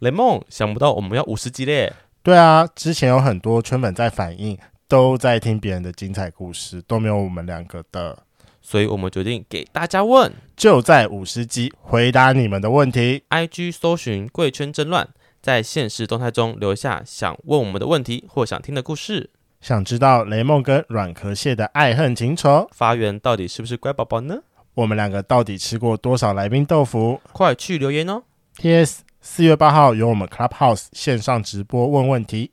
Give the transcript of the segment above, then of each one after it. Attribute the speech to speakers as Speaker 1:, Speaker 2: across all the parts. Speaker 1: 雷梦，想不到我们要五十集嘞！
Speaker 2: 对啊，之前有很多圈粉在反映，都在听别人的精彩故事，都没有我们两个的。
Speaker 1: 所以我们决定给大家问
Speaker 2: 就在五十集回答你们的问题。
Speaker 1: ，IG 搜寻“贵圈争乱”，在现实动态中留下想问我们的问题或想听的故事。
Speaker 2: 想知道雷梦跟软壳蟹的爱恨情仇，
Speaker 1: 发源到底是不是乖宝宝呢？
Speaker 2: 我们两个到底吃过多少来宾豆腐
Speaker 1: 快去留言哦！
Speaker 2: ？T.S. 四月八号有我们 Clubhouse 线上直播问问题。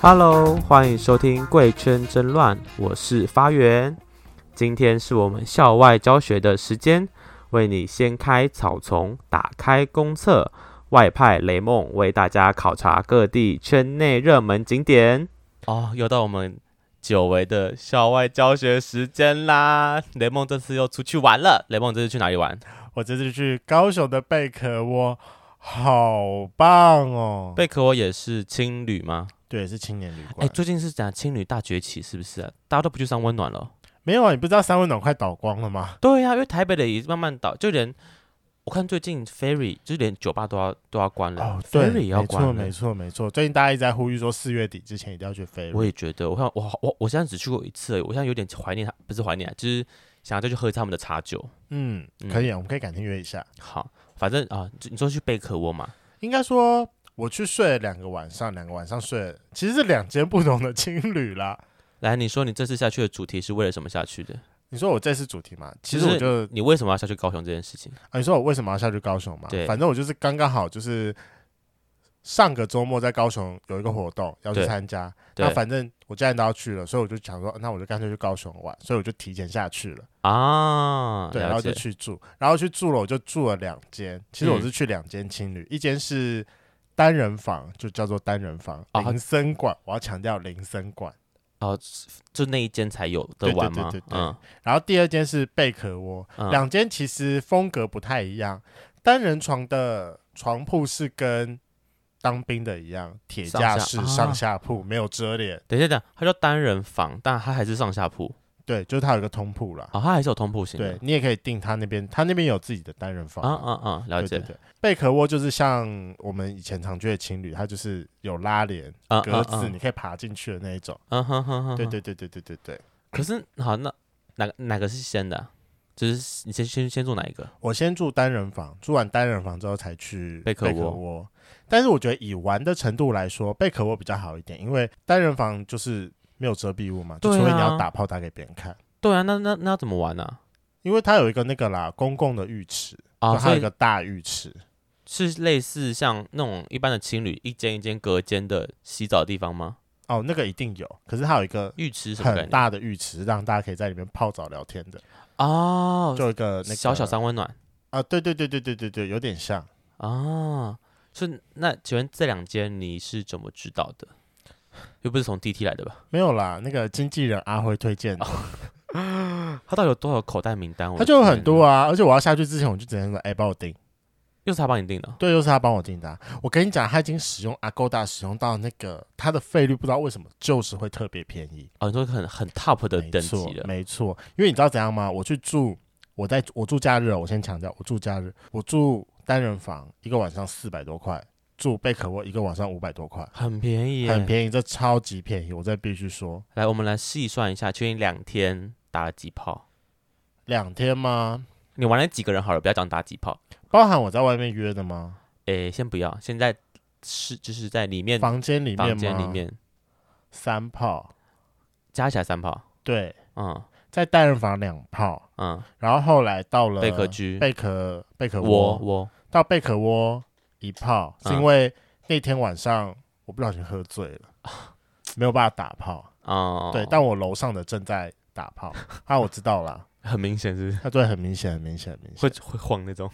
Speaker 1: Hello，欢迎收听《贵圈争乱》，我是发源。今天是我们校外教学的时间，为你掀开草丛，打开公厕，外派雷梦为大家考察各地圈内热门景点。哦，又到我们久违的校外教学时间啦！雷梦这次又出去玩了。雷梦这次去哪里玩？
Speaker 2: 我这次去高雄的贝壳窝，好棒哦！
Speaker 1: 贝壳我也是青旅吗？
Speaker 2: 对，是青年旅
Speaker 1: 哎、
Speaker 2: 馆。
Speaker 1: 最近是讲青旅大崛起，是不是啊？大家都不去上温暖了。
Speaker 2: 没有啊，你不知道三温暖快倒光了吗？
Speaker 1: 对啊呀、因为台北的也慢慢倒，就连我看最近 Ferry 就是连酒吧都要都要关了、
Speaker 2: 哦，
Speaker 1: f e
Speaker 2: 对
Speaker 1: r r y 也，要
Speaker 2: 没
Speaker 1: 关
Speaker 2: 错，
Speaker 1: 了。
Speaker 2: 没错，没错。最近大家一直在呼吁说，四月底之前一定要去飞。
Speaker 1: 我也觉得，我看我好我我现在只去过一次而已，我现在有点怀念他，不是怀念啊，就是想要再去喝一次他们的茶酒。
Speaker 2: 嗯
Speaker 1: 嗯，
Speaker 2: 可以，啊，我们可以改天约一下。
Speaker 1: 好，反正啊，你你说去贝壳窝嘛，
Speaker 2: 应该说，我去睡了两个晚上，两个晚上睡了，其实是两间不同的青旅啦。
Speaker 1: 来，你说你这次下去的主题是为了什么下去的？
Speaker 2: 你说我这次主题嘛，其
Speaker 1: 就
Speaker 2: 实我
Speaker 1: 是
Speaker 2: 就
Speaker 1: 你为什么要下去高雄这件事情？
Speaker 2: 啊，你说我为什么要下去高雄嘛？
Speaker 1: 对
Speaker 2: 反正我就是刚刚好，就是上个周末在高雄有一个活动要去
Speaker 1: 对
Speaker 2: 参加，
Speaker 1: 对
Speaker 2: 那反正我既然都要去了，所以我就想说，那我就干脆去高雄玩，所以我就提前下去了，
Speaker 1: 啊，
Speaker 2: 对，然
Speaker 1: 了
Speaker 2: 后
Speaker 1: 解
Speaker 2: 就，去住，然后去住了，我就住了两间，其实我
Speaker 1: 嗯
Speaker 2: 是去两间青旅，一间是。单人房就叫做单人房，
Speaker 1: 啊
Speaker 2: 林森馆，我要强调林森馆。
Speaker 1: 就哦那一间才有的
Speaker 2: 对对
Speaker 1: 玩
Speaker 2: 对
Speaker 1: 吗
Speaker 2: 对？对
Speaker 1: 嗯
Speaker 2: 然后第二间是贝壳窝，
Speaker 1: 嗯，
Speaker 2: 两间其实风格不太一样，单人床的床铺是跟当兵的一样，铁架式
Speaker 1: 上下啊
Speaker 2: 上下铺，没有遮帘，
Speaker 1: 等一下，等一下，它叫单人房，但它还是上下铺，
Speaker 2: 对，就是它有一个通铺啦。
Speaker 1: 哦，它还是有通铺型的。
Speaker 2: 对你也可以订他那边，他那边有自己的单人房
Speaker 1: 啊啊啊！了
Speaker 2: 对
Speaker 1: 解
Speaker 2: 对，对，贝壳窝就是像我们以前常去的情侣，它就是有拉帘、
Speaker 1: 啊
Speaker 2: 格
Speaker 1: 啊
Speaker 2: 子，你可以爬进去的那一种。
Speaker 1: 啊哼哼哼，
Speaker 2: 对。对对对对对对，
Speaker 1: 可是好，那哪个哪个是先的啊？就是你先先先做哪一个？
Speaker 2: 我先住单人房，住完单人房之后才去
Speaker 1: 贝壳窝
Speaker 2: 窝。但是我觉得以玩的程度来说，贝壳窝比较好一点，因为单人房就是没有遮蔽物嘛，就
Speaker 1: 对啊
Speaker 2: 除非你要打炮打给别人看，
Speaker 1: 对啊，那那那要怎么玩啊呢？
Speaker 2: 因为它有一个那个啦公共的浴池，
Speaker 1: 啊，
Speaker 2: 就它
Speaker 1: 所
Speaker 2: 有一
Speaker 1: 以
Speaker 2: 个大浴池，
Speaker 1: 是类似像那种一般的情侣一间一间隔间的洗澡地方吗？
Speaker 2: 哦，那个一定有，可是它有一个
Speaker 1: 浴池什么概
Speaker 2: 很
Speaker 1: 念？
Speaker 2: 大的浴池，让大家可以在里面泡澡聊天的，
Speaker 1: 哦
Speaker 2: 就，有一个那个
Speaker 1: 小小三温暖
Speaker 2: 啊，对对对对对对对，有点像。
Speaker 1: 啊。是那请问这两间你是怎么知道的？又不是从 DT 来的吧？
Speaker 2: 没有啦，那个经纪人阿辉推荐的，
Speaker 1: 哦他到底有多少口袋名单？我
Speaker 2: 他
Speaker 1: 的
Speaker 2: 就有
Speaker 1: 天
Speaker 2: 很多
Speaker 1: 哪，
Speaker 2: 啊。而且我要下去之前，我就直接说：“哎、帮我订。”
Speaker 1: 又是他帮你订的
Speaker 2: 对，又是他帮我订的啊、我跟你讲，他已经使用 Agoda 使用到那个它的费率，不知道为什么就是会特别便宜。
Speaker 1: 哦，你说很很 top 的
Speaker 2: 没
Speaker 1: 等
Speaker 2: 错
Speaker 1: 级，了，
Speaker 2: 没错。因为你知道怎样吗？我去住，我在我住假日哦，我先强调，我住假日，我住单人房，一个晚上四百多块，住贝壳窝一个晚上五百多块，
Speaker 1: 很便宜耶，
Speaker 2: 很便宜，这超级便宜，我这必须说。
Speaker 1: 来，我们来细算一下，究竟两天打了几炮？
Speaker 2: 两天吗？
Speaker 1: 你玩了几个人好了，不要讲打几炮。
Speaker 2: 包含我在外面约的吗？
Speaker 1: 诶，先不要，现在是就是在里面
Speaker 2: 房间里面吗？
Speaker 1: 房间里面
Speaker 2: 三炮，
Speaker 1: 加起来三炮，
Speaker 2: 对，
Speaker 1: 嗯
Speaker 2: 在单人房两炮，
Speaker 1: 嗯，
Speaker 2: 然后后来到了
Speaker 1: 贝壳居
Speaker 2: 呃贝壳贝壳
Speaker 1: 窝
Speaker 2: 窝，
Speaker 1: 窝
Speaker 2: 到贝壳窝一炮，是
Speaker 1: 嗯
Speaker 2: 因为那天晚上我不小心喝 醉了，没有办法打炮。
Speaker 1: 哦，
Speaker 2: 对，但我楼上的正在打 炮，啊，我知道啦，
Speaker 1: 很明显是不是
Speaker 2: 他对，很明显，很明显，很明
Speaker 1: 会
Speaker 2: 显，
Speaker 1: 会晃那种，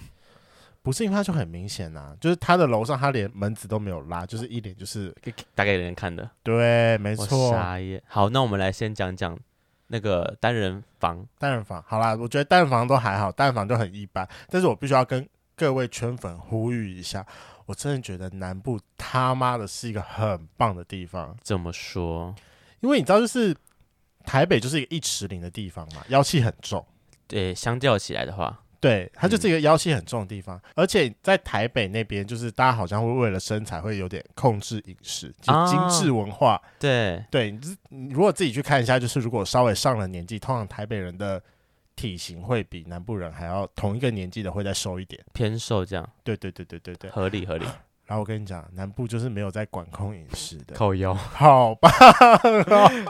Speaker 2: 不是因为他就很明显呐、就是他的楼上他连门子都没有拉，就是一脸就是
Speaker 1: 给给打给人看的。
Speaker 2: 对，没
Speaker 1: 我
Speaker 2: 错，
Speaker 1: 傻眼。好，那我们来先讲讲那个单人房。
Speaker 2: 单人房好啦，我觉得单人房都还好，单人房就很一般，但是我必须要跟各位圈粉呼吁一下，我真的觉得南部他妈的是一个很棒的地方。
Speaker 1: 怎么说？
Speaker 2: 因为你知道，就是台北就是一个一尺零的地方嘛，妖气很重。
Speaker 1: 对，相较起来的话，
Speaker 2: 对，它就是一个妖气很重的地方，而且在台北那边，就是大家好像会为了身材会有点控制饮食，就
Speaker 1: 啊
Speaker 2: 精致文化。
Speaker 1: 对，
Speaker 2: 对，你自你如果自己去看一下，就是如果稍微上了年纪，通常台北人的体型会比南部人还要同一个年纪的会再瘦一点。
Speaker 1: 偏瘦这样
Speaker 2: 对对对对对对。
Speaker 1: 合理合理，
Speaker 2: 然后我跟你讲，南部就是没有在管控饮食的，
Speaker 1: 扣腰，
Speaker 2: 好吧？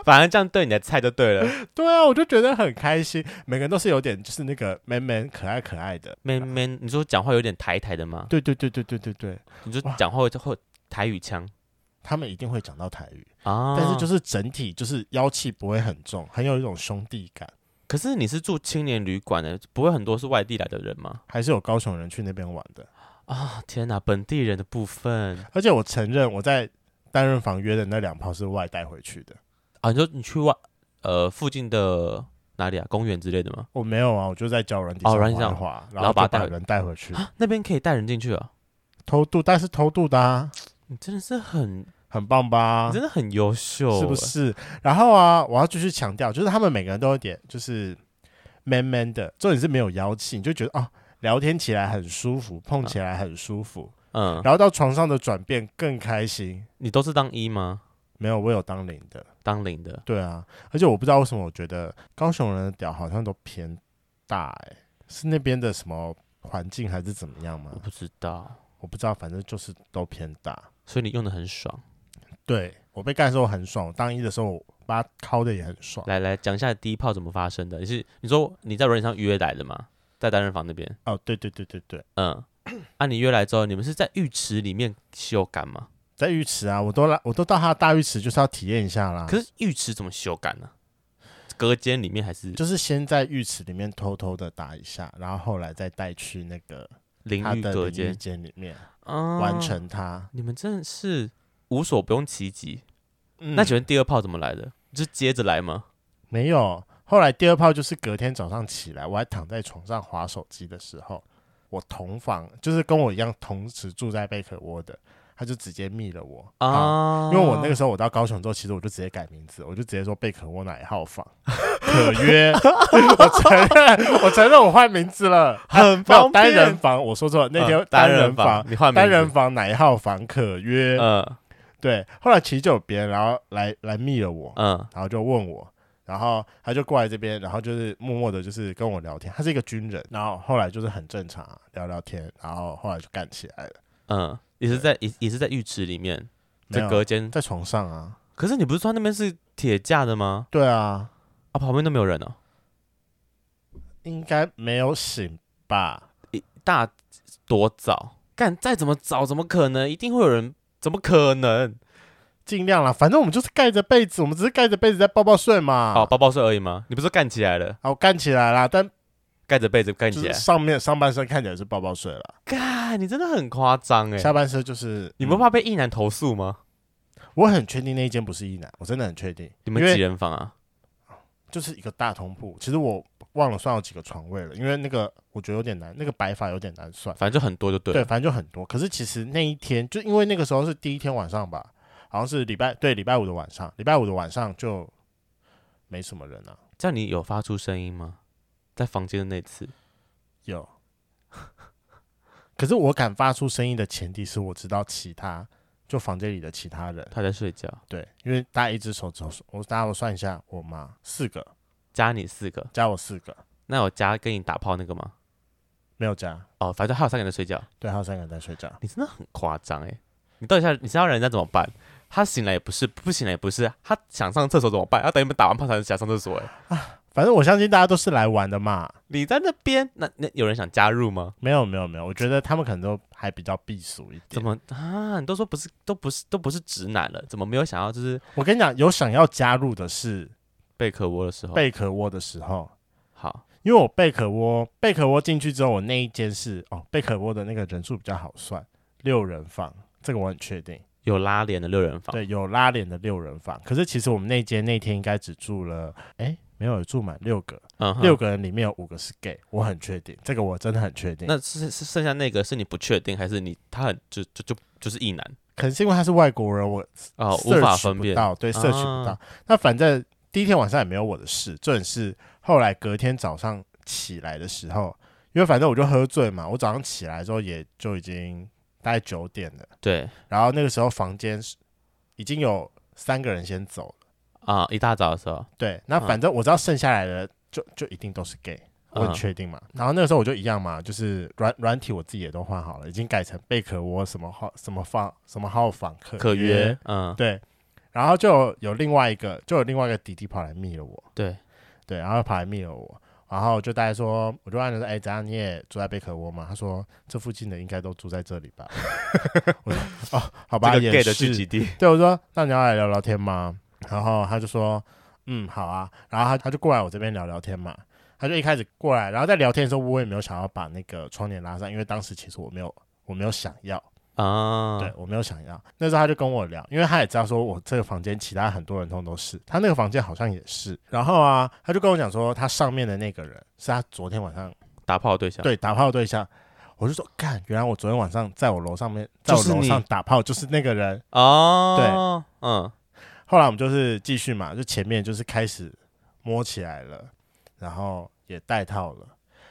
Speaker 1: 反正这样对你的菜就对了。
Speaker 2: 对啊，我就觉得很开心，每个人都是有点就是那个 man man 可爱可爱的。
Speaker 1: man man，你说讲话有点台台的吗？
Speaker 2: 对对对对对对对，
Speaker 1: 你说讲话会会台语腔
Speaker 2: 他们一定会讲到台语。
Speaker 1: 啊？，
Speaker 2: 但是就是是整体就是妖气不会很重，很有一种兄弟感。
Speaker 1: 可是你是住青年旅馆的，不会很多是外地来的人吗？
Speaker 2: 还是有高雄人去那边玩的，
Speaker 1: 啊，天哪，本地人的部分
Speaker 2: 而且我承认我在单人房约的那两炮是外带回去的，
Speaker 1: 啊，你说你去外呃附近的哪里啊，公园之类的吗？
Speaker 2: 我没有啊，我就在交友软体
Speaker 1: 哦
Speaker 2: 上
Speaker 1: 软
Speaker 2: 玩
Speaker 1: 体上
Speaker 2: 的话，
Speaker 1: 然
Speaker 2: 然后
Speaker 1: 后把它
Speaker 2: 就
Speaker 1: 带
Speaker 2: 把
Speaker 1: 回
Speaker 2: 人带回去，
Speaker 1: 啊，那边可以带人进去啊？
Speaker 2: 偷渡，但是偷渡的啊，
Speaker 1: 你真的是很，
Speaker 2: 很棒吧
Speaker 1: 你？真的很优秀，
Speaker 2: 啊
Speaker 1: 欸
Speaker 2: 是不？是？然后啊，我要继续强调，就是他们每个人都有点就是 man man 的，重点是没有妖气，你就觉得哦，聊天起来很舒服，碰起来很舒服，
Speaker 1: 嗯，
Speaker 2: 然后到床上的转变更开心。
Speaker 1: 你都是当一吗？
Speaker 2: 没有，我有当零的。
Speaker 1: 当零的
Speaker 2: 对啊，而且我不知道为什么，我觉得高雄人的屌好像都偏大、欸，是那边的什么环境还是怎么样吗
Speaker 1: 我？不知道，
Speaker 2: 我不知道，反正就是都偏大。
Speaker 1: 所以你用的很爽。
Speaker 2: 对我被干的时候很爽，我当一的时候我把它敲的也很爽。
Speaker 1: 来来讲一下第一炮怎么发生的？你是你说你在软件上约来的吗？在单人房那边，
Speaker 2: 哦，对对对对对，
Speaker 1: 嗯，啊，你约来之后，你们是在浴池里面修改吗？
Speaker 2: 在浴池啊，我都来，我都到他的大浴池就是要体验一下啦。
Speaker 1: 可是浴池怎么修改呢？隔间里面还是
Speaker 2: 就是先在浴池里面偷偷的打一下，然后后来再带去那个
Speaker 1: 淋
Speaker 2: 他
Speaker 1: 浴
Speaker 2: 的
Speaker 1: 隔
Speaker 2: 淋浴
Speaker 1: 间？
Speaker 2: 间里面、
Speaker 1: 啊
Speaker 2: 完。成它。
Speaker 1: 你们真的是无所不用其极。
Speaker 2: 嗯
Speaker 1: 那请问第二炮怎么来的？就接着来吗？
Speaker 2: 没有。后来第二炮就是隔天早上起来，我还躺在床上划手机的时候，我同房就是跟我一样同时住在贝壳窝的，他就直接密了我啊。
Speaker 1: 啊，
Speaker 2: 因为我 那个时候我到高雄之后，其实我就直接改名字，我就直接说贝壳窝哪一号房可约。 我承认，我承认我换名字了，啊
Speaker 1: 很
Speaker 2: 没有
Speaker 1: 方便
Speaker 2: 单人房。我说错了，那天
Speaker 1: 嗯单
Speaker 2: 人
Speaker 1: 人
Speaker 2: 房，
Speaker 1: 你换
Speaker 2: 单
Speaker 1: 名
Speaker 2: 人
Speaker 1: 字，
Speaker 2: 房哪一号房可约？
Speaker 1: 嗯
Speaker 2: 对，后来其实就有别人然后来来密了我，
Speaker 1: 嗯
Speaker 2: 然后就问我，然后他就过来这边，然后就是默默的，就是跟我聊天。他是一个军人，然后后来就是很正常啊聊聊天，然后后来就干起来了。
Speaker 1: 嗯，也是在也也是在浴池里面，
Speaker 2: 没
Speaker 1: 在
Speaker 2: 有
Speaker 1: 隔间。
Speaker 2: 在床上啊，
Speaker 1: 可是你不是说那边是铁架的吗？
Speaker 2: 对啊，
Speaker 1: 啊，旁边都没有人哦、
Speaker 2: 应该没有醒吧？
Speaker 1: 一大多早，干再怎么早，怎么可能？一定会有人，怎么可能？
Speaker 2: 尽量啦，反正我们就是盖着被子，我们只是盖着被子在抱抱睡嘛。
Speaker 1: 哦，抱抱睡而已吗？你不是干起来了，
Speaker 2: 好，干起来啦，但
Speaker 1: 盖着被子干
Speaker 2: 就
Speaker 1: 起
Speaker 2: 是
Speaker 1: 来？
Speaker 2: 上面上半身看起来是抱抱睡了，
Speaker 1: 干，你真的很夸张哎！
Speaker 2: 下半身就是
Speaker 1: 你们
Speaker 2: 嗯
Speaker 1: 怕被一男投诉吗？
Speaker 2: 我很确定那一间不是一男，我真的很确定，
Speaker 1: 你们
Speaker 2: 因为
Speaker 1: 几人房啊？
Speaker 2: 就是一个大通铺。其实我忘了算有几个床位了，因为那个我觉得有点难，那个白发有点难算。
Speaker 1: 反正就很多就对
Speaker 2: 对，
Speaker 1: 了。
Speaker 2: 反正就很多。可是其实那一天，就因为那个时候是第一天晚上吧，好像是礼拜对礼拜五的晚上，礼拜五的晚上就没什么人啊。
Speaker 1: 这样你有发出声音吗？在房间的那次，
Speaker 2: 有， 可是我敢发出声音的前提是我知道其他就房间里的其他人，
Speaker 1: 他在睡觉，
Speaker 2: 对，因为大家一只手指头，我大家我算一下，我妈四个
Speaker 1: 加你四个，
Speaker 2: 加我四个
Speaker 1: 那有加跟你打炮那个吗？
Speaker 2: 没有加，
Speaker 1: 哦，反正还有三个人在睡觉，
Speaker 2: 对，还有三个人在睡觉。
Speaker 1: 你真的很夸张哎！你到底下你知道人家怎么办？他醒来也不是，不醒来也不是，他想上厕所怎么办？要等你们打完炮才能想上厕所哎！
Speaker 2: 反正我相信大家都是来玩的嘛，
Speaker 1: 你在那边，那那有人想加入吗？
Speaker 2: 没有没有没有，我觉得他们可能都还比较避俗一点。
Speaker 1: 怎么啊？你都说不是，都不是，都不是直男了，怎么没有想要就是
Speaker 2: 我跟你讲，有想要加入的是
Speaker 1: 贝壳窝的时候？
Speaker 2: 贝壳窝的时候，
Speaker 1: 好，
Speaker 2: 因为我贝壳窝贝壳窝进去之后，我那一间是哦贝壳窝的那个人数比较好算，六人房，这个我很确定。
Speaker 1: 有拉帘的六人房，
Speaker 2: 对，有拉帘的六人房。可是其实我们那间那天应该只住了，哎，没有住满六个，
Speaker 1: 嗯哼，
Speaker 2: 六个人里面有五个是 gay，我很确定，这个我真的很确定。
Speaker 1: 那是是剩下那个是你不确定，还是你他很就就就就是异男
Speaker 2: 可能是因为他是外国人，我
Speaker 1: 哦，无
Speaker 2: search
Speaker 1: 法分
Speaker 2: 不
Speaker 1: 辨。
Speaker 2: 到，对，search 不
Speaker 1: 啊
Speaker 2: 到。那反正第一天晚上也没有我的事，重点是后来隔天早上起来的时候，因为反正我就喝醉嘛，我早上起来之后也就已经大概九点了，
Speaker 1: 对
Speaker 2: 然后那个时候房间是已经有三个人先走了，
Speaker 1: 啊、一大早的时候，
Speaker 2: 对，那反正我知道剩下来的就就一定都是 gay。我很
Speaker 1: 嗯嗯
Speaker 2: 确定嘛，然后那个时候我就一样嘛，就是软软体我自己也都换好了，已经改成贝壳窝什么号什么房什么号房可
Speaker 1: 可
Speaker 2: 约
Speaker 1: 约，嗯，
Speaker 2: 对，然后就有有另外一个，就有另外一个弟弟跑来密了我，
Speaker 1: 对，
Speaker 2: 对，然后跑来密了我，然后就大概说，我就问他说，哎、怎样你也住在贝壳窝吗？他说这附近的应该都住在这里 吧。我说哦，好吧，
Speaker 1: 这个
Speaker 2: 也
Speaker 1: gay 的
Speaker 2: 是
Speaker 1: 聚集地，
Speaker 2: 对，我说那你要来聊聊天吗？然后他就说嗯好啊，然后他他就过来我这边聊聊天嘛。他就一开始过来，然后在聊天的时候，我也没有想要把那个窗帘拉上，因为当时其实我没有我没有想要，
Speaker 1: 啊，
Speaker 2: 对，我没有想要。那时候他就跟我聊，因为他也知道说我这个房间其他很多人通通都是，他那个房间好像也是。然后啊，他就跟我讲说，他上面的那个人是他昨天晚上
Speaker 1: 打炮对象，
Speaker 2: 对打炮的对象。我就说，干，原来我昨天晚上在我楼上面，在我
Speaker 1: 就是
Speaker 2: 楼
Speaker 1: 你
Speaker 2: 上打炮就是那个人。
Speaker 1: 哦，对，嗯，
Speaker 2: 后来我们就是继续嘛，就前面就是开始摸起来了，然后也戴套了，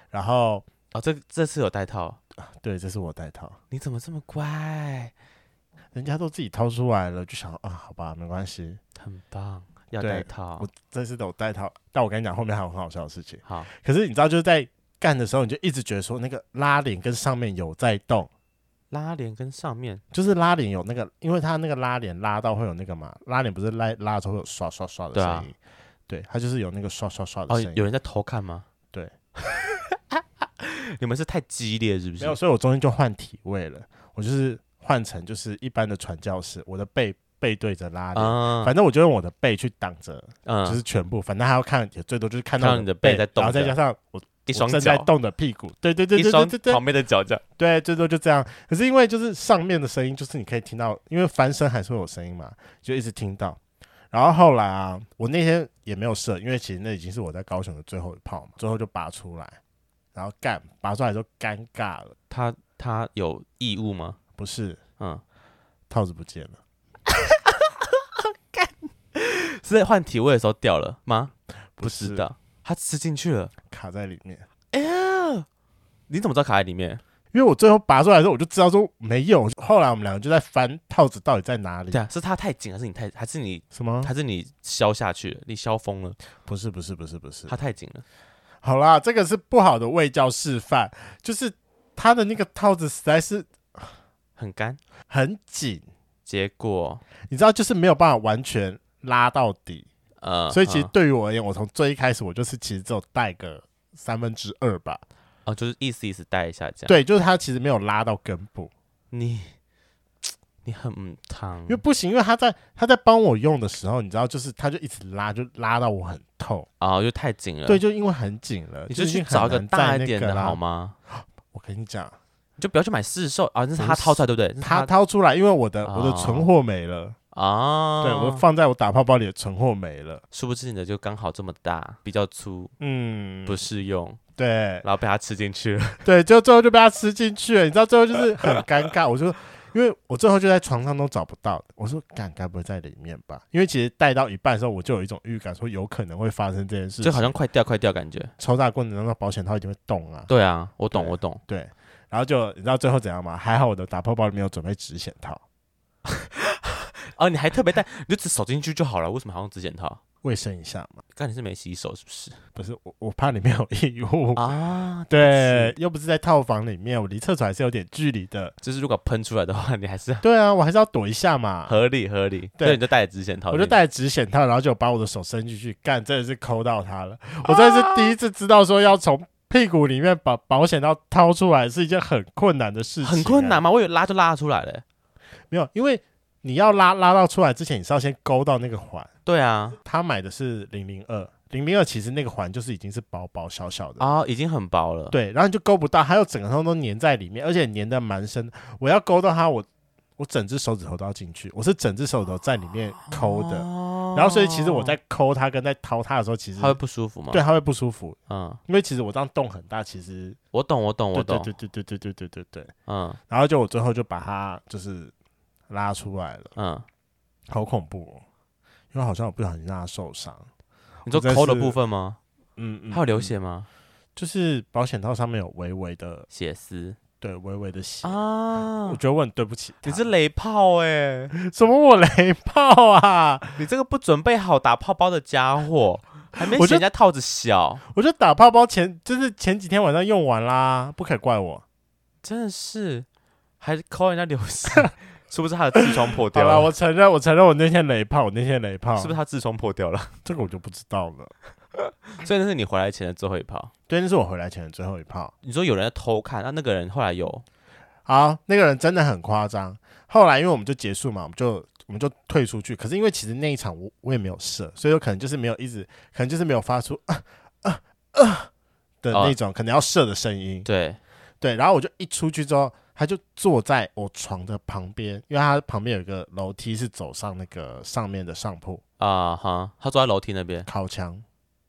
Speaker 2: 然后
Speaker 1: 哦，这这次有带套，
Speaker 2: 对，这是我戴套，
Speaker 1: 你怎么这么乖？
Speaker 2: 人家都自己掏出来了，就想啊，好吧，没关系，
Speaker 1: 很棒，要
Speaker 2: 对
Speaker 1: 带套
Speaker 2: 我，这次都戴套。但我跟你讲，后面还有很好笑的事情。
Speaker 1: 好，
Speaker 2: 可是你知道，就是在干的时候，你就一直觉得说那个拉链跟上面有在动，
Speaker 1: 拉链跟上面，
Speaker 2: 就是拉链有那个，因为它那个拉链拉到会有那个嘛，拉链不是拉拉的时候会有刷刷刷的
Speaker 1: 对啊
Speaker 2: 声音，对,、它就是有那个刷刷刷的
Speaker 1: 哦，
Speaker 2: 声音。
Speaker 1: 有人在偷看吗？
Speaker 2: 对，
Speaker 1: 你们是太激烈是不是
Speaker 2: 没有，？所以我中间就换体位了，我就是换成就是一般的传教士，我的背背对着拉链。
Speaker 1: 啊，
Speaker 2: 反正我就用我的背去挡着，就
Speaker 1: 嗯，
Speaker 2: 是全部，反正还要看，也最多就是看到
Speaker 1: 看到
Speaker 2: 我
Speaker 1: 你的
Speaker 2: 背
Speaker 1: 背在动
Speaker 2: 然后再
Speaker 1: 着
Speaker 2: 加上我
Speaker 1: 一
Speaker 2: 我
Speaker 1: 双
Speaker 2: 正在
Speaker 1: 脚，
Speaker 2: 动的屁股，对对对
Speaker 1: 一
Speaker 2: 对
Speaker 1: 双哦
Speaker 2: 对对对，
Speaker 1: 旁边的脚这样，
Speaker 2: 对，最多就这样。可是因为就是上面的声音，就是你可以听到，因为翻身还是会有声音嘛，就一直听到。然后后来啊，我那天也没有射，因为其实那已经是我在高雄的最后一炮嘛，最后就拔出来，然后干拔出来就尴尬了，
Speaker 1: 他他有异物吗？
Speaker 2: 不是
Speaker 1: 嗯，
Speaker 2: 套子不见了，
Speaker 1: 是在换体位的时候掉了吗？
Speaker 2: 不
Speaker 1: 知
Speaker 2: 是
Speaker 1: 道，他吃进去了。
Speaker 2: 卡在里面。
Speaker 1: 哎呀，你怎么知道卡在里面？
Speaker 2: 因为我最后拔出来的时候，我就知道说没有。后来我们两个就在翻套子到底在哪里
Speaker 1: 对。啊，是他太紧，还是你太，还是你，
Speaker 2: 什么？
Speaker 1: 还是你消下去了，你消疯了，
Speaker 2: 不是不是不是不是
Speaker 1: 他。太紧了。
Speaker 2: 好啦，这个是不好的卫教示范，就是他的那个套子实在是
Speaker 1: 很干，
Speaker 2: 很紧，
Speaker 1: 结果
Speaker 2: 你知道，就是没有办法完全拉到底。
Speaker 1: 呃，
Speaker 2: 所以其实
Speaker 1: 嗯
Speaker 2: 对于我而言，我从最一开始我就是其实只有带个三分之二吧。
Speaker 1: 哦，就是意思意思带一下这样。，
Speaker 2: 对，就是他其实没有拉到根部，
Speaker 1: 嗯你你很嗯烫
Speaker 2: 因为不行，因为他在他在帮我用的时候，你知道，就是他就一直拉，就拉到我很痛。
Speaker 1: 哦，就太紧了。
Speaker 2: 对，，就因为很紧了，
Speaker 1: 你
Speaker 2: 就
Speaker 1: 就
Speaker 2: 已经
Speaker 1: 去
Speaker 2: 很
Speaker 1: 找一个
Speaker 2: 难
Speaker 1: 大
Speaker 2: 在
Speaker 1: 一
Speaker 2: 那
Speaker 1: 点
Speaker 2: 个
Speaker 1: 的
Speaker 2: 啦
Speaker 1: 好？吗？
Speaker 2: 我跟你讲，
Speaker 1: 你就不要去买市售啊，那是
Speaker 2: 不
Speaker 1: 他掏
Speaker 2: 是
Speaker 1: 出来对不对？那是
Speaker 2: 他掏出来，因为我的我的
Speaker 1: 哦
Speaker 2: 存货没了，
Speaker 1: 啊，
Speaker 2: 对我放在我打泡包里的存货没了。
Speaker 1: 殊不知你的就刚好这么大，比较粗，
Speaker 2: 嗯，
Speaker 1: 不适用，
Speaker 2: 对
Speaker 1: 然后被他吃进 去了。
Speaker 2: 对，就最后就被他吃进去了。你知道最后就是很尴 尬，我就因为我最后就在床上都找不到，我说干该不会在里面吧？因为其实带到一半的时候，我就有一种预感，说有可能会发生这件事情，
Speaker 1: 就好像快掉快掉感觉。
Speaker 2: 抽大棍子，然后保险套一定会动啊。
Speaker 1: 对啊，我懂
Speaker 2: 对
Speaker 1: 我懂，
Speaker 2: 对，然后就你知道最后怎样吗？还好我的打泡包里面有准备止血套，
Speaker 1: 哦，你还特别带，你就只手进去就好了，为什么还用指检套？
Speaker 2: 卫生一下嘛。
Speaker 1: 刚你是没洗手是不是？
Speaker 2: 不是我，我怕里面有异 物。
Speaker 1: 啊，
Speaker 2: 对，又不哦是在套房里面，我离厕所还是有点距离的。
Speaker 1: 就是如果喷出来的话，你还是
Speaker 2: 对啊，我还是要躲一下嘛。
Speaker 1: 合理合理，
Speaker 2: 对
Speaker 1: 所以你就戴指检套，
Speaker 2: 我就戴纸显套，然后就把我的手伸进去，干，真的是抠到他 了。我真的是第一次知道说要从屁股里面把保险套掏出来是一件很困难的事情、
Speaker 1: 很困难
Speaker 2: 吗？
Speaker 1: 吗？我以为拉就拉得出来了欸。
Speaker 2: 没有，因为你要拉拉到出来之前，你是要先勾到那个环。
Speaker 1: 对啊，
Speaker 2: 他买的是零零二，零零二其实那个环就是已经是薄薄小小的。
Speaker 1: 啊，已经很薄了。
Speaker 2: 对，然后你就勾不到，还有整个通都粘在里面，而且粘的蛮深。我要勾到它，我我整只手指头都要进去，我是整只手指头在里面抠的。
Speaker 1: 哦
Speaker 2: 然后所以其实我在抠它跟在掏它的时候，其实
Speaker 1: 它会不舒服吗？
Speaker 2: 对，，它会不舒服，
Speaker 1: 嗯，
Speaker 2: 因为其实我这样动很大，其实
Speaker 1: 我懂我懂我
Speaker 2: 对
Speaker 1: 懂，
Speaker 2: 对对对对对对对对对。
Speaker 1: 嗯
Speaker 2: 然后就我最后就把它就是拉出来了，
Speaker 1: 嗯，
Speaker 2: 好恐怖哦，因为好像我不小心让它受伤，
Speaker 1: 你说
Speaker 2: 我真
Speaker 1: 抠的
Speaker 2: 是
Speaker 1: 部分吗？
Speaker 2: 嗯嗯，
Speaker 1: 还有流
Speaker 2: 嗯
Speaker 1: 血吗？
Speaker 2: 就是保险套上面有微微的，
Speaker 1: 血丝
Speaker 2: 对，微微的血。
Speaker 1: 啊
Speaker 2: 我！觉得我很对不起他
Speaker 1: 你是雷炮哎、
Speaker 2: 什么我雷炮啊？
Speaker 1: 你这个不准备好打泡泡的家伙，还没
Speaker 2: 我
Speaker 1: 嫌
Speaker 2: 就
Speaker 1: 人家套子小，
Speaker 2: 我就打泡泡前，就是前几天晚上用完啦，不可以怪我。
Speaker 1: 真的是还抠人家流 血，是不是他的痔疮破
Speaker 2: 好
Speaker 1: 掉
Speaker 2: 了，哦
Speaker 1: 了？
Speaker 2: 我承认，我承认我那天雷炮，我那天雷炮，
Speaker 1: 是不是他痔疮破掉了？
Speaker 2: 这个我就不知道了。
Speaker 1: 所以那是你回来前的最后一炮。
Speaker 2: 对，那是我回来前的最后一炮。
Speaker 1: 你说有人在偷看，那那个人后来有
Speaker 2: 好，那个人真的很夸张。后来因为我们就结束嘛，我们就我们就退出去。可是因为其实那一场我我也没有射，所以有可能就是没有一直，可能就是没有发出啊啊啊的那种、可能要射的声音。
Speaker 1: 对
Speaker 2: 对，然后我就一出去之后，他就坐在我床的旁边，因为他旁边有一个楼梯是走上那个上面的上铺，
Speaker 1: 啊哈，他坐在楼梯那边
Speaker 2: 靠墙，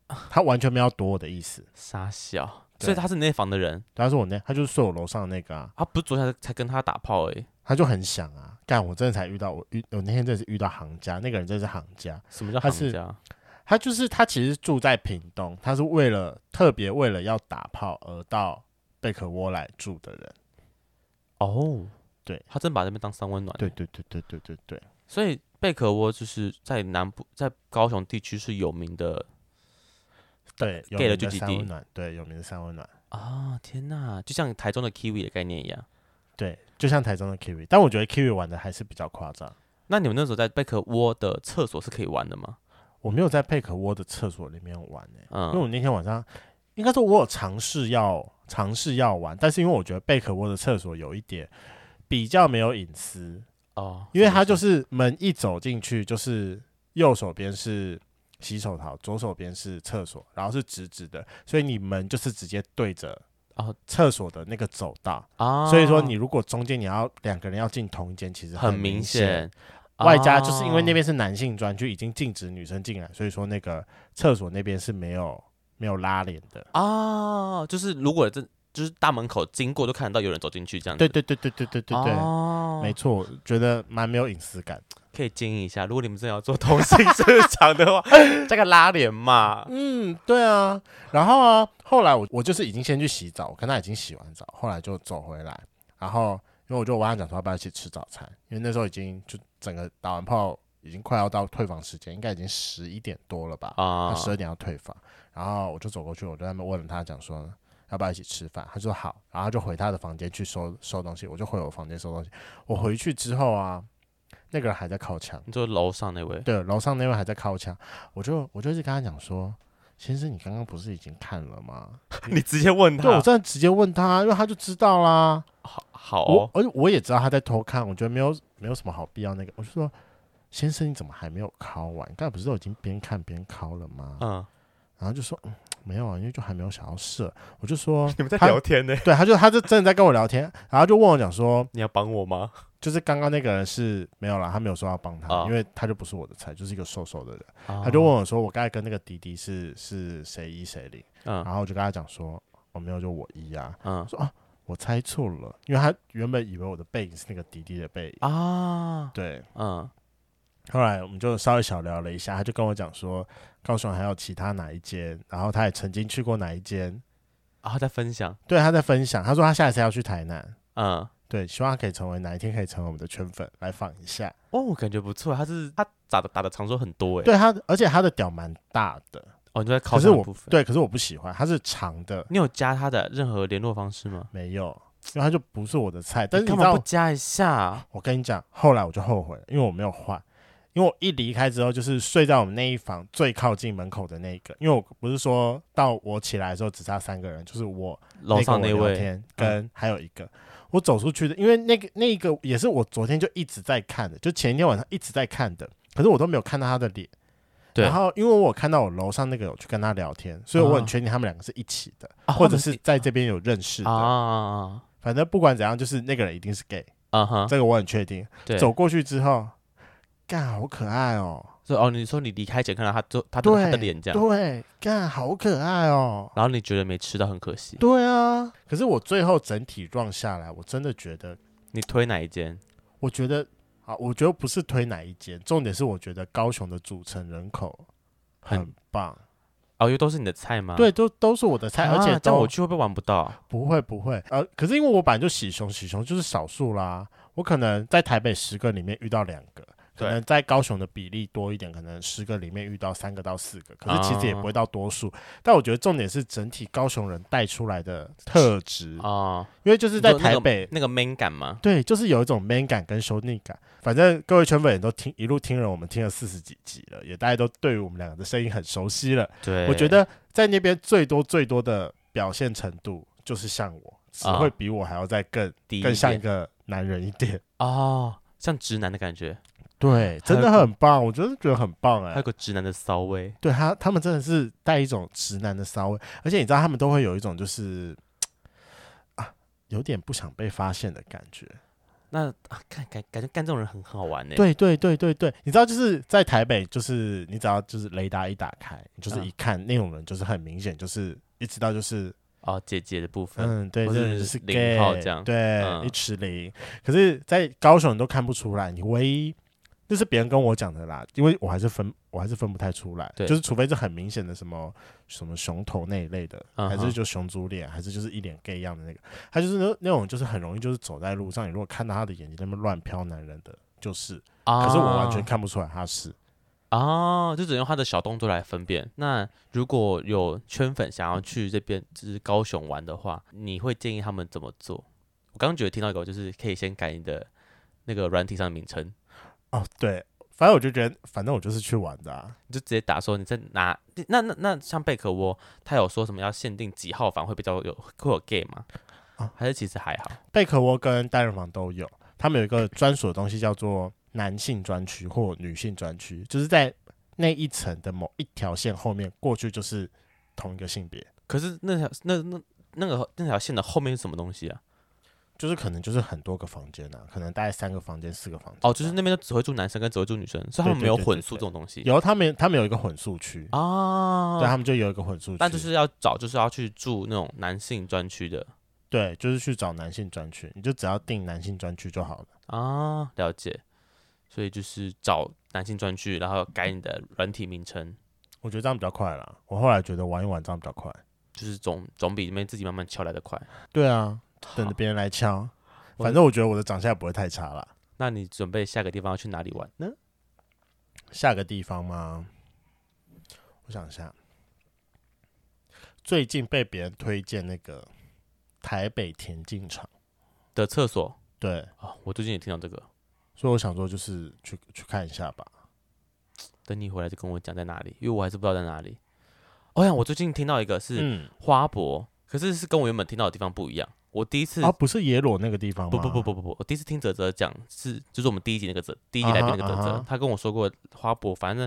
Speaker 1: 啊
Speaker 2: 他完全没有要躲我的意思。
Speaker 1: 傻笑，
Speaker 2: 对
Speaker 1: 所以他是那房的人，
Speaker 2: 他说我那，他就是睡我楼上的那个啊，
Speaker 1: 他不是昨天才才跟他打炮而已，
Speaker 2: 他就很想啊，干我真的才遇到我遇我那天真的是遇到行家，那个人真的是行家，
Speaker 1: 什么叫
Speaker 2: 他
Speaker 1: 行
Speaker 2: 是
Speaker 1: 家？
Speaker 2: 他就是他其实住在屏东，他是为了特别为了要打炮而到贝壳窝来住的人。
Speaker 1: 哦，
Speaker 2: 对，
Speaker 1: 他真把那边当三温暖。
Speaker 2: 对，对对对对对对，
Speaker 1: 所以贝壳窝就是在南部，在高雄地区是有名的
Speaker 2: 对，有
Speaker 1: gay 的
Speaker 2: 名
Speaker 1: 聚
Speaker 2: 的
Speaker 1: 集
Speaker 2: 三
Speaker 1: 地
Speaker 2: 温暖，对，有名的三温暖。
Speaker 1: 啊！天哪，就像台中的 Kiwi 的概念一样。
Speaker 2: 对，就像台中的 Kiwi，但我觉得 Kiwi 玩的还是比较夸张。
Speaker 1: 那你们那时候在贝壳窝的厕所是可以玩的吗？
Speaker 2: 我没有在贝壳窝的厕所里面玩呢、因为
Speaker 1: 嗯，
Speaker 2: 我那天晚上应该说我有尝试要尝试要玩，但是因为我觉得贝壳窝的厕所有一点比较没有隐私，
Speaker 1: 哦，
Speaker 2: 因为它
Speaker 1: 什
Speaker 2: 就
Speaker 1: 么意思
Speaker 2: 是门一走进去就是右手边是洗手槽，左手边是厕所，然后是直直的，所以你门就是直接对着
Speaker 1: 哦
Speaker 2: 厕所的那个走道，
Speaker 1: 啊，
Speaker 2: 所以说你如果中间你要两个人要进同一间，其实
Speaker 1: 很
Speaker 2: 明
Speaker 1: 明。显，
Speaker 2: 外加就是因为那
Speaker 1: 啊
Speaker 2: 边是男性专区，已经禁止女生进来，所以说那个厕所那边是没有没有拉帘的。
Speaker 1: 啊，就是如果这就是大门口经过就看得到有人走进去这样子。
Speaker 2: 对对对对对对对对，
Speaker 1: 哦
Speaker 2: 没错，觉得蛮没有隐私感。
Speaker 1: 可以经营一下。如果你们真的要做同性市场的 话，加个拉帘嘛。
Speaker 2: 嗯，对啊。然后啊，后来我我就是已经先去洗澡，我跟他已经洗完澡，后来就走回来，然后因为我就晚上讲说要不要一起吃早餐，因为那时候已经就整个打完炮已经快要到退房时间，应该已经十一点多了吧。
Speaker 1: 啊
Speaker 2: 他，十二点要退房，然后我就走过去，我就在那边问了他，讲说要不要一起吃饭，他就说好，然后他就回他的房间去收收东西，我就回我房间收东西。我回去之后啊，那个人还在靠墙，
Speaker 1: 你说楼上那 位，
Speaker 2: 对，楼上那位还在靠墙，我就我就一直跟他讲说，先生，你刚刚不是已经看了吗？
Speaker 1: 你直接问
Speaker 2: 对，我
Speaker 1: 他，
Speaker 2: 真的直接问他，因为他就知道啦。
Speaker 1: 好好
Speaker 2: 我
Speaker 1: 哦，
Speaker 2: 而且我也知道他在偷看，我觉得没有没有什么好必要那个，我就说。先生，你怎么还没有敲完？你刚才不是都已经边看边敲了吗？
Speaker 1: 嗯，，
Speaker 2: 然后就说、嗯、没有啊，因为就还没有想要射。我就说
Speaker 1: 你们在
Speaker 2: 他
Speaker 1: 聊天呢，
Speaker 2: 对，他就他就真的在跟我聊天，然后就问我讲说，
Speaker 1: 你要帮我吗？
Speaker 2: 就是刚刚那个人是没有啦，他没有说要帮他，
Speaker 1: 哦
Speaker 2: 因为他就不是我的菜，就是一个瘦瘦的人。
Speaker 1: 他
Speaker 2: 啊他就问，我说，我刚才跟那个迪迪是是谁一谁零？
Speaker 1: 嗯
Speaker 2: 然后我就跟他讲说，我、没有，就我一啊。
Speaker 1: 嗯
Speaker 2: 我说啊，我猜错了，因为他原本以为我的背影是那个迪迪的背影。
Speaker 1: 啊，
Speaker 2: 对，
Speaker 1: 嗯，
Speaker 2: 后来我们就稍微小聊了一下，他就跟我讲说，高雄还有其他哪一间，然后他也曾经去过哪一间，
Speaker 1: 然后再啊分享，
Speaker 2: 对，他在分享，他说他下一次要去台南，
Speaker 1: 嗯，
Speaker 2: 对，希望他可以成为哪一天可以成为我们的圈粉来访一下。
Speaker 1: 哦，感觉不错，他是他打的打的长度很多哎，
Speaker 2: 对他，而且他的屌蛮大的，
Speaker 1: 哦，你就在考
Speaker 2: 可是
Speaker 1: 的
Speaker 2: 我
Speaker 1: 部分，，
Speaker 2: 对，可是我不喜欢，他是长的，
Speaker 1: 你有加他的任何联络方式吗？
Speaker 2: 没有，因为他就不是我的菜。但是
Speaker 1: 你
Speaker 2: 你
Speaker 1: 干
Speaker 2: 知
Speaker 1: 嘛不
Speaker 2: 道，
Speaker 1: 加一下？
Speaker 2: 我跟你讲，后来我就后悔了，因为我没有换。因为我一离开之后，就是睡在我们那一房最靠近门口的那一个。因为我不是说到我起来的时候只差三个人，就是我
Speaker 1: 楼上
Speaker 2: 那
Speaker 1: 那
Speaker 2: 个我聊
Speaker 1: 位，
Speaker 2: 天跟还有一个，我走出去的，因为那个那个也是我昨天就一直在看的，就前一天晚上一直在看的，可是我都没有看到他的脸。
Speaker 1: 对
Speaker 2: 然后因为我有看到我楼上那个有去跟他聊天，所以我
Speaker 1: 啊
Speaker 2: 很确定他们两个是一起的，
Speaker 1: 啊
Speaker 2: 或者是在这边有认识的。
Speaker 1: 啊啊
Speaker 2: 反正不管怎样，就是那个人一定是 gay，、
Speaker 1: 啊哈，
Speaker 2: 这个我很确定。
Speaker 1: 对，
Speaker 2: 走过去之后，干好可爱哦，
Speaker 1: 所以哦，你说你离开前看到他就他的他的脸这样，
Speaker 2: 对，啊干好可爱哦。
Speaker 1: 然后你觉得没吃到很可惜，
Speaker 2: 对啊，可是我最后整体撞下来，我真的觉得
Speaker 1: 你推哪一间？
Speaker 2: 我觉得啊，我觉得不是推哪一间，重点是我觉得高雄的组成人口很棒。
Speaker 1: 哦，因为都是你的菜吗？
Speaker 2: 对，都都是我的菜，
Speaker 1: 啊，
Speaker 2: 而且
Speaker 1: 这
Speaker 2: 都
Speaker 1: 样我去会不会玩不到？
Speaker 2: 不会不会，呃，可是因为我本来就喜熊，喜熊就是少数啦。我可能在台北十个里面遇到两个，可
Speaker 1: 对
Speaker 2: 能在高雄的比例多一点，可能十个里面遇到三个到四个，可是其实也不会到多数。
Speaker 1: 哦
Speaker 2: 但我觉得重点是整体高雄人带出来的特质，
Speaker 1: 哦，
Speaker 2: 因为就是
Speaker 1: 是
Speaker 2: 在台北，
Speaker 1: 那个 man 感吗？
Speaker 2: 对，就是有一种 man 感跟羞逆感。反正各位圈粉也都听一路听了，我们听了四十几集了，也大家都对于我们两个的声音很熟悉了。
Speaker 1: 对，
Speaker 2: 我觉得在那边最多最多的表现程度就是像我，只
Speaker 1: 啊
Speaker 2: 会比我还要再更
Speaker 1: 第一
Speaker 2: 更像一
Speaker 1: 点
Speaker 2: 个男人一点。
Speaker 1: 哦，像直男的感觉，
Speaker 2: 对， 真的很棒，我真的觉得很棒哎、
Speaker 1: 还有个直男的骚味。
Speaker 2: 对他，他们真的是带一种直男的骚味，而且你知道，他们都会有一种就是啊，有点不想被发现的感觉。
Speaker 1: 那啊，看感感觉干这种人很好玩欸呢。，
Speaker 2: 对对对对对，你知道，就是在台北，就是你只要就是雷达一打开，你就是
Speaker 1: 嗯
Speaker 2: 一看那种人，就是很明显，就是一知道就是
Speaker 1: 哦，姐姐的部分，
Speaker 2: 嗯，对，
Speaker 1: 或
Speaker 2: 这
Speaker 1: 者
Speaker 2: 个就是是
Speaker 1: 零
Speaker 2: gay，
Speaker 1: 号这样
Speaker 2: 对，
Speaker 1: 嗯
Speaker 2: 一尺零。可是，在高雄你都看不出来，你唯一那是别人跟我讲的啦，因为我还是分我还是分不太出来，
Speaker 1: 对
Speaker 2: 就是除非是很明显的什么什么熊头那一类的，
Speaker 1: 嗯
Speaker 2: 还
Speaker 1: 哼
Speaker 2: 是就熊猪脸，还是就是一脸 gay 样的那个，他就是那那种就是很容易就是走在路上，你如果看到他的眼睛在那边乱飘男人的，就是，
Speaker 1: 啊
Speaker 2: 嗯可是我完全看不出来他是。
Speaker 1: 哦，就只能用他的小动作来分辨。那如果有圈粉想要去这边就是高雄玩的话，你会建议他们怎么做？我刚刚觉得听到一个，就是可以先改你的那个软体上的名称，
Speaker 2: 哦，对，反正我就觉得，反正我就是去玩的、啊。
Speaker 1: 你就直接打说你在哪。那那那像贝壳窝，他有说什么要限定几号房会比较有会有 gay 吗？
Speaker 2: 啊
Speaker 1: 还是其实还好？
Speaker 2: 贝壳窝跟单人房都有，他们有一个专属的东西叫做男性专区或女性专区，就是在那一层的某一条线后面过去就是同一个性别，
Speaker 1: 可是那条那那那个那条线的后面是什么东西啊？
Speaker 2: 就是可能就是很多个房间啊，可能大概三个房间、四个房间这
Speaker 1: 哦，
Speaker 2: 样。
Speaker 1: 就是那边就只会住男生跟只会住女生，所以他们
Speaker 2: 对对
Speaker 1: 没有
Speaker 2: 对对
Speaker 1: 混
Speaker 2: 对
Speaker 1: 宿这种东西
Speaker 2: 有他们他们有一个混宿区，
Speaker 1: 啊。
Speaker 2: 对他们就有一个混宿区，
Speaker 1: 但就是要找，就是要去住那种男性专区的
Speaker 2: 对，就是去找男性专区，你就只要订男性专区就好了。
Speaker 1: 啊，了解。所以就是找男性专区，然后改你的软体名称，
Speaker 2: 我觉得这样比较快啦。我后来觉得玩一玩这样比较快。
Speaker 1: 就是总总比你们自己慢慢敲来的快。
Speaker 2: 对啊，
Speaker 1: 好
Speaker 2: 等着别人来敲。
Speaker 1: 我
Speaker 2: 反正我觉得我的长相也不会太差啦。
Speaker 1: 那你准备下个地方要去哪里玩呢？
Speaker 2: 下个地方吗？我想一下，最近被别人推荐那个台北田径场，
Speaker 1: 的厕所
Speaker 2: 对，
Speaker 1: 啊、我最近也听到这个，
Speaker 2: 所以我想说就是去去看一下吧。
Speaker 1: 等你回来就跟我讲在哪里，因为我还是不知道在哪里。哦呀，我最近听到一个是
Speaker 2: 嗯，
Speaker 1: 花博，可是是跟我原本听到的地方不一样。我第一次、
Speaker 2: 啊，不是野裸那个地方吗？
Speaker 1: 不不不，不不不，我第一次听泽泽讲是就是我们第一集那个泽，第一集来宾那个泽泽
Speaker 2: 啊哈啊哈
Speaker 1: 他跟我说过花博，反正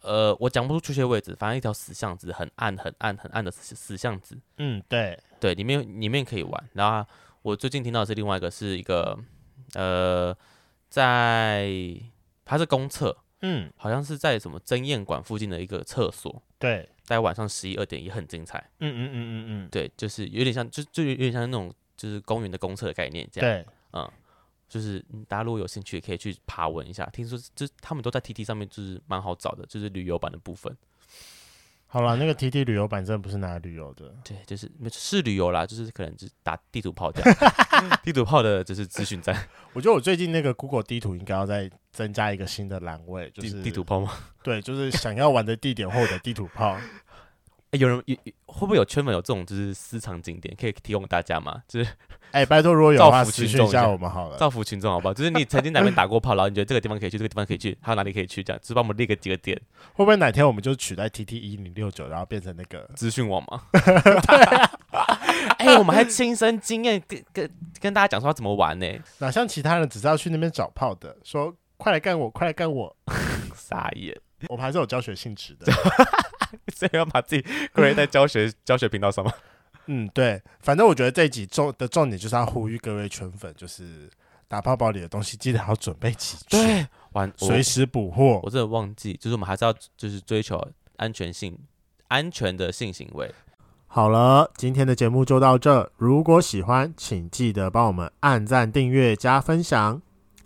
Speaker 1: 呃我讲不出确切位置，反正一条死巷子，很暗很暗很暗的死死巷子，
Speaker 2: 嗯，对，
Speaker 1: 对，里面里面可以玩。然后我最近听到的是另外一个是一个呃在它是公厕，
Speaker 2: 嗯，
Speaker 1: 好像是在什么争艳馆附近的一个厕所，
Speaker 2: 对，
Speaker 1: 在晚上十一二点也很精彩。
Speaker 2: 嗯嗯嗯嗯嗯，
Speaker 1: 对，就是有点像，就就有点像那种就是公园的公厕的概念这样。
Speaker 2: 对，
Speaker 1: 嗯，就是嗯大家如果有兴趣，也可以去爬文一下。听说就是他们都在 TT 上面，就是蛮好找的，就是旅游版的部分。
Speaker 2: 好了，那个 TT 旅游版真的不是拿来旅游的，
Speaker 1: 对，就是是旅游啦，就是可能就是打地图炮这样， 地图炮的就是资讯站，
Speaker 2: 我觉得我最近那个 Google 地图应该要再增加一个新的栏位， 就
Speaker 1: 地
Speaker 2: 是
Speaker 1: 地图，炮吗？
Speaker 2: 对，就是想要玩的地点或我的地图炮。
Speaker 1: 诶哎有人有有会不会有圈粉有这种就是私藏景点可以提供给大家吗？就是
Speaker 2: 哎、拜托，如果有的
Speaker 1: 造
Speaker 2: 话，
Speaker 1: 福
Speaker 2: 私
Speaker 1: 群
Speaker 2: 讯
Speaker 1: 众
Speaker 2: 一
Speaker 1: 一下
Speaker 2: 下我们好了。
Speaker 1: 造福群众好不好？就是你曾经哪边打过炮，然后你觉得这个地方可以去，这个地方可以去，还有哪里可以去，这样就是帮我们列个几个点
Speaker 2: 会不会哪天我们就取代 T T 一零六九，然后变成那个？
Speaker 1: 资讯网 吗？ 哎、我们还亲身经验跟跟跟大家讲说要怎么玩呢、
Speaker 2: 哪像其他人只是要去那边找炮的，说快来干我，快来干我，
Speaker 1: 傻眼。
Speaker 2: 我们还是有教学性质 的。
Speaker 1: 所以要把 自己归类在教学教学频道上吗？
Speaker 2: 嗯，对，反正我觉得这一集重的重点就是要呼吁各位圈粉，就是打泡泡里的东西记得要准备齐全，，
Speaker 1: 玩我
Speaker 2: 随时补货。
Speaker 1: 我真的忘记，就是我们还是要就是追求安全性、安全的性行为。
Speaker 2: 好了，今天的节目就到这，如果喜欢，请记得帮我们按赞、订阅、加分享。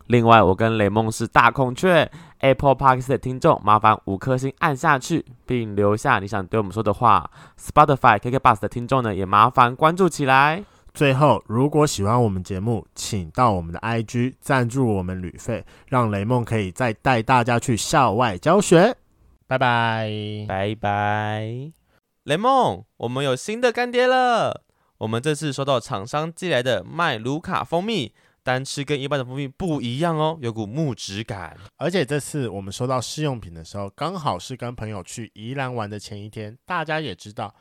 Speaker 1: 另外，我跟雷梦是大孔雀 Apple Park 的听众，麻烦五颗星按下去，并留下你想对我们说的话。Spotify KK Bus 的听众呢，也麻烦关注起来。
Speaker 2: 最后，如果喜欢我们节目，请到我们的 IG 赞助我们旅费，让雷梦可以再带大家去校外教学。拜拜。
Speaker 1: 拜拜，雷梦，我们有新的干爹了。我们这次收到厂商寄来的麦卢卡蜂蜜，单吃跟一般的蜂蜜不一样哦，有股木质感。
Speaker 2: 而且这次我们收到试用品的时候，刚好是跟朋友去宜兰玩的前一天。大家也知道，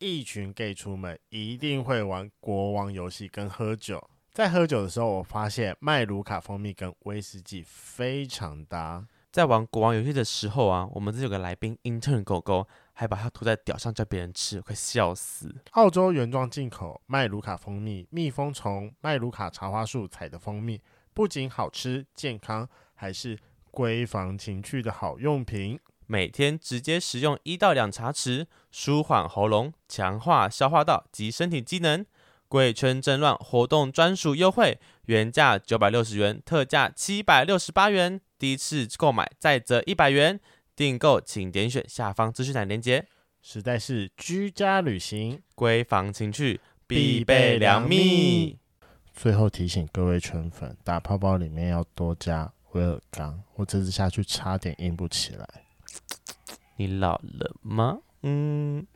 Speaker 2: 一群 gay 出门一定会玩国王游戏跟喝酒。在喝酒的时候，我发现麦卢卡蜂蜜跟威士忌非常搭。
Speaker 1: 在玩国王游戏的时候啊，我们这有个来宾 intern 狗狗，还把它涂在屌上叫别人吃，我快笑死。
Speaker 2: 澳洲原装进口麦卢卡蜂蜜，蜜蜂从麦卢卡茶花树采的蜂蜜，不仅好吃健康，还是闺房情趣的好用品。
Speaker 1: 每天直接食用一到两茶匙，舒缓喉咙，强化消化道及身体机能。贵圈争乱活动专属优惠，原价九百六十元，特价七百六十八元，第一次购买再折一百元。订购请点选下方资讯栏链接。
Speaker 2: 实在是居家旅行。
Speaker 1: 闺房情趣必备
Speaker 2: 必备
Speaker 1: 良
Speaker 2: 良
Speaker 1: 蜜
Speaker 2: 蜜。最后提醒各位圈粉，打泡泡里面要多加威尔刚。我这次下去差点硬不起来。
Speaker 1: 你老了吗？嗯。